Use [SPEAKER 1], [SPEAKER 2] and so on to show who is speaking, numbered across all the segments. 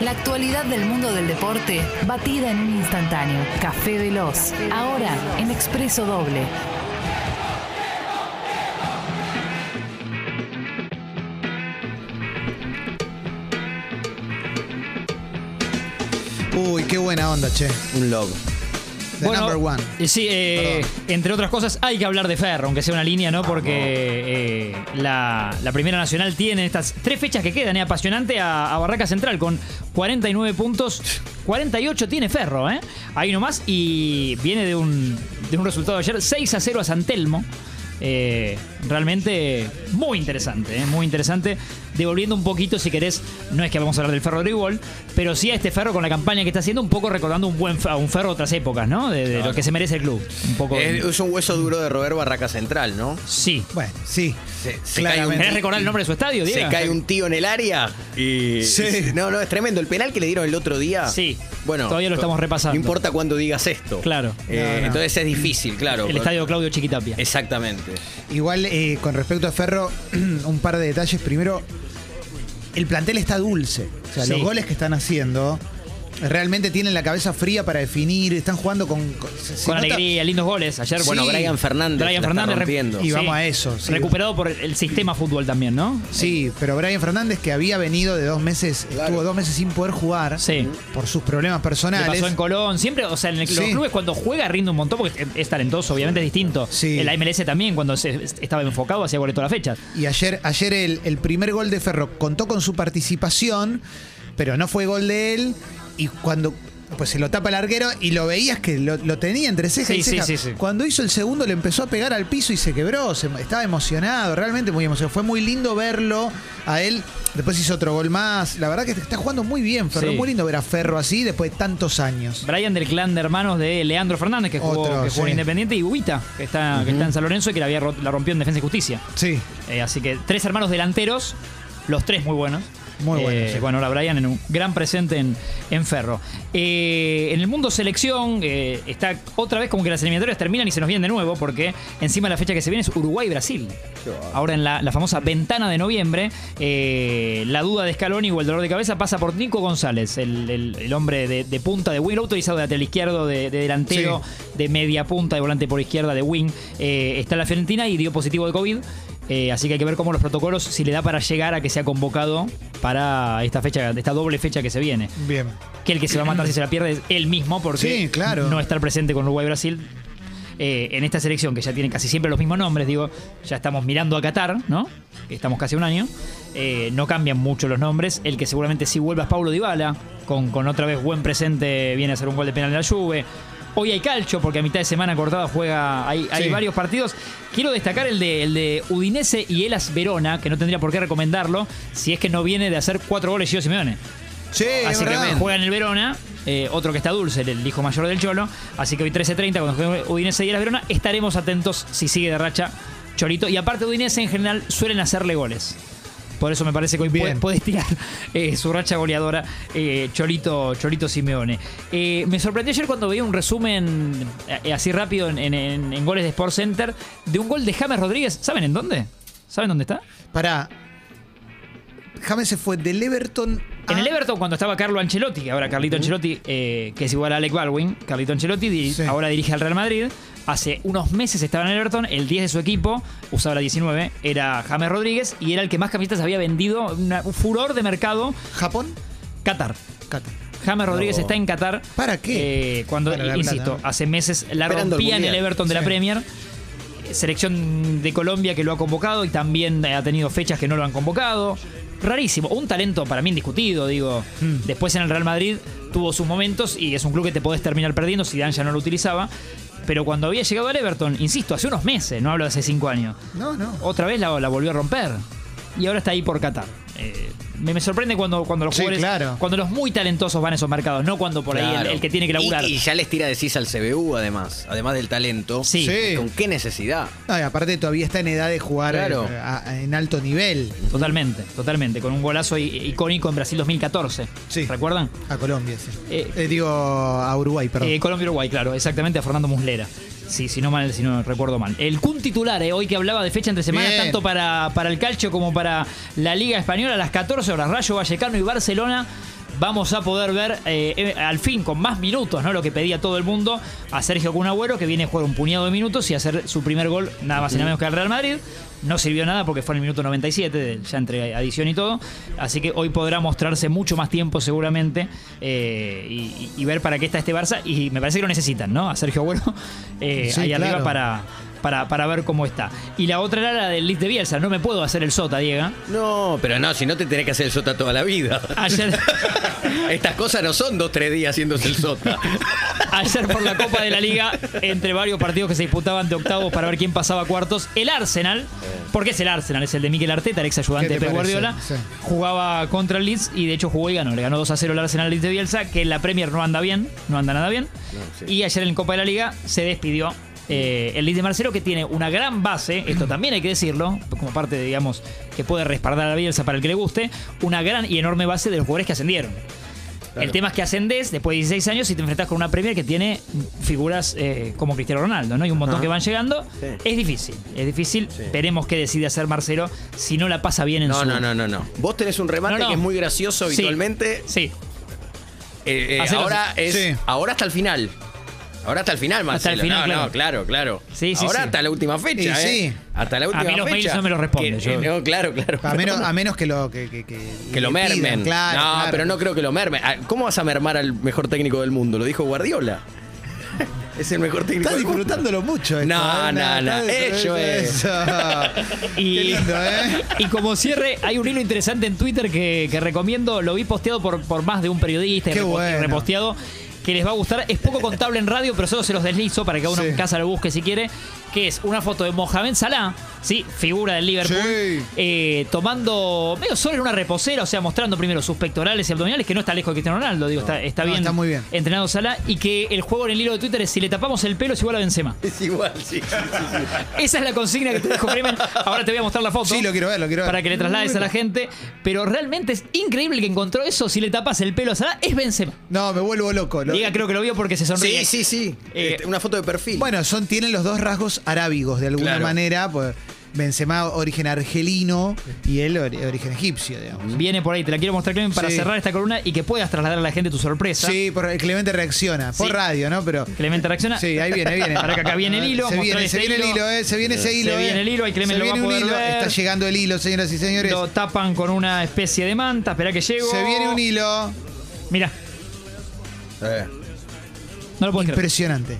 [SPEAKER 1] La actualidad del mundo del deporte, batida en un instantáneo. Café Veloz, ahora en Expreso Doble.
[SPEAKER 2] Uy, qué buena onda, che.
[SPEAKER 3] Un log.
[SPEAKER 2] The number one.
[SPEAKER 4] eh, Sí, eh, entre otras cosas, hay que hablar de Ferro, aunque sea una línea, ¿no? Porque eh, la, la Primera Nacional tiene estas tres fechas que quedan, ¿eh? Apasionante a, a Barraca Central con 49 puntos. 48 tiene Ferro, ¿eh? Ahí nomás. Y viene de un, de un resultado de ayer: 6 a 0 a San Telmo. Eh, realmente muy interesante, ¿eh? muy interesante. Devolviendo un poquito, si querés, no es que vamos a hablar del Ferro de igual, pero sí a este Ferro con la campaña que está haciendo, un poco recordando un buen fe- a un Ferro de otras épocas, ¿no? De, de lo que se merece el club. Un poco.
[SPEAKER 3] Es, es un hueso duro de roer Barraca Central, ¿no?
[SPEAKER 4] sí.
[SPEAKER 2] Bueno, sí.
[SPEAKER 3] Se- se
[SPEAKER 2] claramente.
[SPEAKER 4] ¿Querés recordar el nombre de su estadio, Diego?
[SPEAKER 3] Se cae un tío en el área y.
[SPEAKER 2] Sí.
[SPEAKER 3] No, no, es tremendo. El penal que le dieron el otro día.
[SPEAKER 4] Sí.
[SPEAKER 3] Bueno.
[SPEAKER 4] Todavía lo estamos repasando.
[SPEAKER 3] No importa cuándo digas esto.
[SPEAKER 4] Claro.
[SPEAKER 3] Eh,
[SPEAKER 2] No, no.
[SPEAKER 3] Entonces es difícil, claro.
[SPEAKER 4] El estadio Claudio Chiquitapia.
[SPEAKER 3] Exactamente.
[SPEAKER 2] Igual, eh, con respecto a Ferro, un par de detalles. Primero, el plantel está dulce. O sea,
[SPEAKER 4] Sí.
[SPEAKER 2] los goles que están haciendo realmente tienen la cabeza fría para definir. Están jugando con. con- se- se
[SPEAKER 4] con
[SPEAKER 2] nota-
[SPEAKER 4] alegría, lindos goles. Ayer,
[SPEAKER 3] Bueno, Brian Fernández.
[SPEAKER 4] Brian
[SPEAKER 3] la
[SPEAKER 4] Fernández
[SPEAKER 3] Está
[SPEAKER 4] re-
[SPEAKER 3] rompiendo.
[SPEAKER 2] Y vamos a eso, sí.
[SPEAKER 4] Recuperado por el sistema fútbol también, ¿no?
[SPEAKER 2] Sí, pero Brian Fernández, que había venido de dos meses, estuvo dos meses sin poder jugar
[SPEAKER 4] Sí.
[SPEAKER 2] por sus problemas
[SPEAKER 4] Le
[SPEAKER 2] personales.
[SPEAKER 4] pasó en Colón. Siempre, o sea, en el- los
[SPEAKER 2] Sí.
[SPEAKER 4] clubes cuando juega rinde un montón porque es, es talentoso, obviamente es distinto.
[SPEAKER 2] Sí.
[SPEAKER 4] En La MLS también, cuando se, estaba enfocado, hacía goles todas las fechas.
[SPEAKER 2] Y ayer, ayer el, el primer gol de Ferro contó con su participación, pero no fue gol de él. Y cuando pues se lo tapa el arquero y lo veías que lo, lo tenía entre ceja y
[SPEAKER 4] Sí, sí,
[SPEAKER 2] ceja.
[SPEAKER 4] sí, sí.
[SPEAKER 2] Cuando hizo el segundo le empezó a pegar al piso y se quebró. Se- estaba emocionado, realmente muy emocionado. Fue muy lindo verlo a él. Después hizo otro gol más. La verdad que está jugando muy bien, Ferro.
[SPEAKER 4] Sí.
[SPEAKER 2] Muy lindo ver a Ferro así después de tantos años.
[SPEAKER 4] Brian del clan de hermanos de Leandro Fernández, que jugó,
[SPEAKER 2] Otro,
[SPEAKER 4] que jugó en
[SPEAKER 2] sí.
[SPEAKER 4] Independiente, y Huita, que está, que está en San Lorenzo y que la, había, ro- la rompió en Defensa y Justicia.
[SPEAKER 2] Sí.
[SPEAKER 4] Eh, así que tres hermanos delanteros, los tres muy buenos. Eh,
[SPEAKER 2] Muy buenos, sí.
[SPEAKER 4] Bueno, ahora Brian en un gran presente en, en Ferro. Eh, en el mundo selección eh, está otra vez como que las eliminatorias terminan y se nos vienen de nuevo porque encima la fecha que se viene es Uruguay-Brasil. Ahora en la, la famosa ventana de noviembre, eh, la duda de Scaloni o el dolor de cabeza pasa por Nico González, el, el- el hombre de, de punta de Will, autorizado de lateral izquierdo, de, de delantero, de media punta, de volante por izquierda, de wing, eh, está en la Fiorentina y dio positivo de COVID. eh, así que hay que ver cómo los protocolos, si le da para llegar a que sea convocado para esta fecha, esta doble fecha que se viene.
[SPEAKER 2] Bien.
[SPEAKER 4] Que el que se va a matar si se la pierde es él mismo, porque
[SPEAKER 2] Sí, claro.
[SPEAKER 4] no estar presente con Uruguay y Brasil. eh, en esta selección que ya tiene casi siempre los mismos nombres, digo, ya estamos mirando a Qatar, ¿no? Que Estamos casi un año. eh, no cambian mucho los nombres. El que seguramente sí vuelva es Paulo Dybala, con, con otra vez buen presente, viene a hacer un gol de penal de la Juve. Hoy hay calcho, porque a mitad de semana cortada juega. Hay, hay
[SPEAKER 2] Sí.
[SPEAKER 4] varios partidos. Quiero destacar el de, el de Udinese y Elas Verona, que no tendría por qué recomendarlo, si es que no viene de hacer cuatro goles Gio Simeone.
[SPEAKER 2] Sí, es
[SPEAKER 4] Así que
[SPEAKER 2] verdad.
[SPEAKER 4] juega en el Verona, eh, otro que está dulce, el hijo mayor del Cholo. Así que hoy 13.30, cuando juegue Udinese y el Verona, estaremos atentos si sigue de racha Chorito. Y aparte, Udinese en general suelen hacerle goles. Por eso me parece que hoy puede,
[SPEAKER 2] Bien.
[SPEAKER 4] puede estirar eh, su racha goleadora eh, Cholito, Cholito Simeone. Eh, me sorprendió ayer cuando veía un resumen eh, así rápido en, en- en- en goles de Sport Center de un gol de James Rodríguez. ¿Saben en dónde? ¿Saben dónde está?
[SPEAKER 2] Pará. James se fue del Everton.
[SPEAKER 4] En
[SPEAKER 2] a-
[SPEAKER 4] el Everton, cuando estaba Carlo Ancelotti, que ahora Carlito Ancelotti, eh, que es igual a Alec Baldwin, Carlito Ancelotti diri-
[SPEAKER 2] Sí.
[SPEAKER 4] ahora dirige al Real Madrid. Hace unos meses estaba en el Everton, el 10 de su equipo, usaba la 19, era James Rodríguez y era el que más camisetas había vendido, una- un furor de mercado,
[SPEAKER 2] Japón.
[SPEAKER 4] Qatar.
[SPEAKER 2] Qatar.
[SPEAKER 4] James Rodríguez
[SPEAKER 3] No.
[SPEAKER 4] está en Qatar.
[SPEAKER 2] ¿Para qué?
[SPEAKER 4] eh, cuando,
[SPEAKER 2] Para la plata,
[SPEAKER 4] insisto,
[SPEAKER 2] ¿no?
[SPEAKER 4] hace meses la
[SPEAKER 3] Esperando el
[SPEAKER 4] rompía en el
[SPEAKER 3] Mundial.
[SPEAKER 4] Everton de la
[SPEAKER 2] Sí.
[SPEAKER 4] Premier. Eh, Selección de Colombia que lo ha convocado y también eh, ha tenido fechas que no lo han convocado. Rarísimo. Un talento para mí indiscutido, digo.
[SPEAKER 2] Hmm.
[SPEAKER 4] Después en el Real Madrid tuvo sus momentos y es un club que te podés terminar perdiendo. si Dan ya no lo utilizaba. Pero cuando había llegado al Everton, insisto, hace unos meses, no hablo de hace cinco años
[SPEAKER 2] No, no.
[SPEAKER 4] otra vez la, la volvió a romper. Y ahora está ahí por Qatar. Eh, me, me sorprende cuando, cuando los
[SPEAKER 2] Sí,
[SPEAKER 4] jugadores.
[SPEAKER 2] claro.
[SPEAKER 4] Cuando los muy talentosos van a esos mercados, no cuando por ahí el-
[SPEAKER 3] Claro.
[SPEAKER 4] el, que tiene que laburar.
[SPEAKER 3] Y, y ya les tira de sisa al CBU, además. Además del talento.
[SPEAKER 4] Sí.
[SPEAKER 2] Sí.
[SPEAKER 3] ¿Con qué necesidad?
[SPEAKER 2] No, y aparte todavía está en edad de jugar
[SPEAKER 3] Claro.
[SPEAKER 2] eh, a- a- en alto nivel
[SPEAKER 4] Totalmente, totalmente. Con un golazo i- icónico en Brasil 2014.
[SPEAKER 2] Sí.
[SPEAKER 4] ¿Recuerdan?
[SPEAKER 2] a Colombia, sí.
[SPEAKER 4] Eh,
[SPEAKER 2] Eh, digo, a Uruguay, perdón.
[SPEAKER 4] Eh, Colombia-Uruguay, claro, exactamente a Fernando Muslera. Sí, si no mal, si no recuerdo mal. El Kun titular, eh, hoy que hablaba de fecha entre semana,
[SPEAKER 2] Bien.
[SPEAKER 4] tanto para, para el calcio como para la Liga Española, a las 14 horas, Rayo Vallecano y Barcelona. vamos a poder ver eh, eh, al fin con más minutos, ¿no? Lo que pedía todo el mundo a Sergio Cunagüero, que viene a jugar un puñado de minutos y a hacer su primer gol nada más y nada menos que al Real Madrid. No sirvió nada porque fue en el minuto 97, de- ya entre adición y todo. Así que hoy podrá mostrarse mucho más tiempo seguramente eh, y, y- y ver para qué está este Barça. Y me parece que lo necesitan, ¿no? A Sergio Agüero eh,
[SPEAKER 2] Sí,
[SPEAKER 4] ahí arriba
[SPEAKER 2] claro.
[SPEAKER 4] para, para, para ver cómo está. Y la otra era la del List de Bielsa. No me puedo hacer el sota, Diego.
[SPEAKER 3] No, pero no, si no te tenés que hacer el sota toda la vida.
[SPEAKER 4] Ayer,
[SPEAKER 3] Estas cosas no son dos, tres días haciéndose el sota.
[SPEAKER 4] ayer por la Copa de la Liga, entre varios partidos que se disputaban de octavos para ver quién pasaba a cuartos, el Arsenal, porque es el Arsenal, es el de Miguel Arteta, el ex ayudante
[SPEAKER 2] ¿Qué
[SPEAKER 4] de
[SPEAKER 2] te
[SPEAKER 4] Pep
[SPEAKER 2] parece?
[SPEAKER 4] Guardiola,
[SPEAKER 2] Sí.
[SPEAKER 4] jugaba contra el Leeds y de hecho jugó y ganó. Le ganó 2 a 0 el Arsenal al Leeds de Bielsa, que en la Premier no anda bien, no anda nada bien.
[SPEAKER 3] No, sí.
[SPEAKER 4] Y ayer en Copa de la Liga se despidió. eh, el Leeds de Marcelo que tiene una gran base, esto también hay que decirlo, como parte, de, digamos, que puede respaldar a Bielsa para el que le guste, una gran y enorme base de los jugadores que ascendieron. El tema es que ascendés después de 16 años y te enfrentás con una Premier que tiene figuras eh, como Cristiano Ronaldo, ¿no? Y un montón
[SPEAKER 3] Ajá.
[SPEAKER 4] que van llegando.
[SPEAKER 3] Sí.
[SPEAKER 4] Es difícil, es difícil.
[SPEAKER 3] Sí.
[SPEAKER 4] Veremos qué decide hacer Marcelo si no la pasa bien en
[SPEAKER 3] No,
[SPEAKER 4] su...
[SPEAKER 3] no, no, no, no. Vos tenés un remate
[SPEAKER 4] No, no.
[SPEAKER 3] que es muy gracioso
[SPEAKER 4] Sí.
[SPEAKER 3] habitualmente.
[SPEAKER 4] Sí,
[SPEAKER 3] Eh, eh,
[SPEAKER 4] Hacelo
[SPEAKER 3] ahora
[SPEAKER 2] así.
[SPEAKER 3] es.
[SPEAKER 2] Sí.
[SPEAKER 3] Ahora hasta el final. Ahora hasta el final,
[SPEAKER 4] Hasta
[SPEAKER 3] Marcelo.
[SPEAKER 4] el final,
[SPEAKER 3] no, no, claro, claro.
[SPEAKER 4] Sí, sí,
[SPEAKER 3] ahora
[SPEAKER 4] sí.
[SPEAKER 3] hasta la última fecha,
[SPEAKER 2] Y
[SPEAKER 3] ¿eh?
[SPEAKER 2] sí.
[SPEAKER 3] Hasta la última
[SPEAKER 4] mí los
[SPEAKER 3] fecha.
[SPEAKER 4] mails no me los responde,
[SPEAKER 3] Que-
[SPEAKER 4] yo.
[SPEAKER 3] eh, no, claro, claro.
[SPEAKER 2] A menos, a menos que lo que, que- que-
[SPEAKER 3] Que lo
[SPEAKER 2] le pidan,
[SPEAKER 3] mermen.
[SPEAKER 2] claro,
[SPEAKER 3] no,
[SPEAKER 2] claro.
[SPEAKER 3] pero no creo que lo mermen. Ah, ¿Cómo vas a mermar al mejor técnico del mundo? Lo dijo Guardiola. es el mejor técnico.
[SPEAKER 2] Estás
[SPEAKER 3] del mundo.
[SPEAKER 2] disfrutándolo mucho. esto,
[SPEAKER 3] No,
[SPEAKER 2] ¿eh?
[SPEAKER 3] no, eh. no,
[SPEAKER 2] estás-
[SPEAKER 3] ello es.
[SPEAKER 2] eso.
[SPEAKER 4] Y-
[SPEAKER 2] Qué lindo, ¿eh?
[SPEAKER 4] Y como cierre, hay un hilo interesante en Twitter que, que recomiendo, lo vi posteado por, por más de un periodista y
[SPEAKER 2] Qué
[SPEAKER 4] repo- y
[SPEAKER 2] bueno.
[SPEAKER 4] reposteado, que les va a gustar. Es poco contable en radio, pero solo se los deslizo para que cada uno
[SPEAKER 2] Sí.
[SPEAKER 4] en casa lo busque si quiere, que es una foto de Mohamed Salah, sí, figura del Liverpool,
[SPEAKER 2] Sí.
[SPEAKER 4] eh, tomando medio sol en una reposera, o sea, mostrando primero sus pectorales y abdominales, que no está lejos de Cristiano Ronaldo, digo, está, está
[SPEAKER 2] No,
[SPEAKER 4] bien,
[SPEAKER 2] está muy bien.
[SPEAKER 4] entrenado Salah, y que el juego en el hilo de Twitter es si le tapamos el pelo es igual a Benzema.
[SPEAKER 3] Es igual, sí. sí, sí, sí.
[SPEAKER 4] Esa es la consigna que te dijo Bremen. Ahora te voy a mostrar la foto.
[SPEAKER 2] Sí, lo quiero ver, lo quiero ver.
[SPEAKER 4] Para que le traslades a la gente. Pero realmente es increíble que encontró eso. Si le tapas el pelo a Salah, es Benzema.
[SPEAKER 2] No, me vuelvo loco. lo-
[SPEAKER 4] Diga, creo que lo vio porque se sonríe.
[SPEAKER 3] Sí, sí, sí.
[SPEAKER 4] Eh,
[SPEAKER 3] Este, una foto de perfil.
[SPEAKER 2] Bueno, son, tienen los dos rasgos arábigos de alguna
[SPEAKER 3] Claro.
[SPEAKER 2] manera. Pues, Benzema, origen argelino, y él, ori- origen egipcio, digamos.
[SPEAKER 4] Viene por ahí. Te la quiero mostrar, Clemen, para
[SPEAKER 2] Sí.
[SPEAKER 4] cerrar esta columna y que puedas trasladar a la gente tu sorpresa.
[SPEAKER 2] Sí, por, Clemente reacciona. Por
[SPEAKER 4] Sí.
[SPEAKER 2] radio, ¿no? Pero.
[SPEAKER 4] Clemente reacciona.
[SPEAKER 2] Sí, ahí viene, ahí viene.
[SPEAKER 4] Para que acá viene el hilo,
[SPEAKER 2] Se viene,
[SPEAKER 4] mostrale
[SPEAKER 2] se
[SPEAKER 4] este
[SPEAKER 2] viene el
[SPEAKER 4] hilo.
[SPEAKER 2] hilo, eh, se viene ese hilo.
[SPEAKER 4] Se viene
[SPEAKER 2] eh.
[SPEAKER 4] el hilo, ahí Clemente
[SPEAKER 2] Se
[SPEAKER 4] lo va
[SPEAKER 2] viene
[SPEAKER 4] a
[SPEAKER 2] un
[SPEAKER 4] poder
[SPEAKER 2] hilo.
[SPEAKER 4] ver.
[SPEAKER 2] Está llegando el hilo, señoras y señores.
[SPEAKER 4] Lo tapan con una especie de manta. Espera que llego.
[SPEAKER 2] Se viene un hilo
[SPEAKER 4] Mira,
[SPEAKER 3] Eh,
[SPEAKER 4] no lo puedes creer.
[SPEAKER 2] impresionante.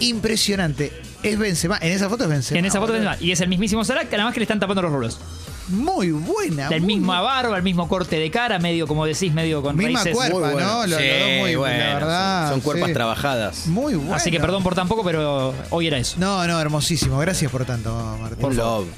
[SPEAKER 2] Impresionante. Es Benzema. En esa foto es Benzema.
[SPEAKER 4] En esa foto
[SPEAKER 2] boludo.
[SPEAKER 4] Benzema. Y es el mismísimo Salah, que nada más que le están tapando los rulos.
[SPEAKER 2] Muy buena.
[SPEAKER 4] La
[SPEAKER 2] muy
[SPEAKER 4] misma barba, el mismo corte de cara, medio, como decís, medio con
[SPEAKER 2] Misma
[SPEAKER 4] raíces.
[SPEAKER 2] cuerpa,
[SPEAKER 3] bueno.
[SPEAKER 2] ¿no? Lo- Los,
[SPEAKER 3] Sí,
[SPEAKER 2] dos muy
[SPEAKER 3] bueno,
[SPEAKER 2] la
[SPEAKER 3] son-
[SPEAKER 2] verdad.
[SPEAKER 3] Son, cuerpas
[SPEAKER 2] sí.
[SPEAKER 3] trabajadas.
[SPEAKER 2] Muy bueno.
[SPEAKER 4] Así que perdón por tampoco, pero hoy era eso.
[SPEAKER 2] No, no, hermosísimo. Gracias por tanto, Martín.
[SPEAKER 3] Un love.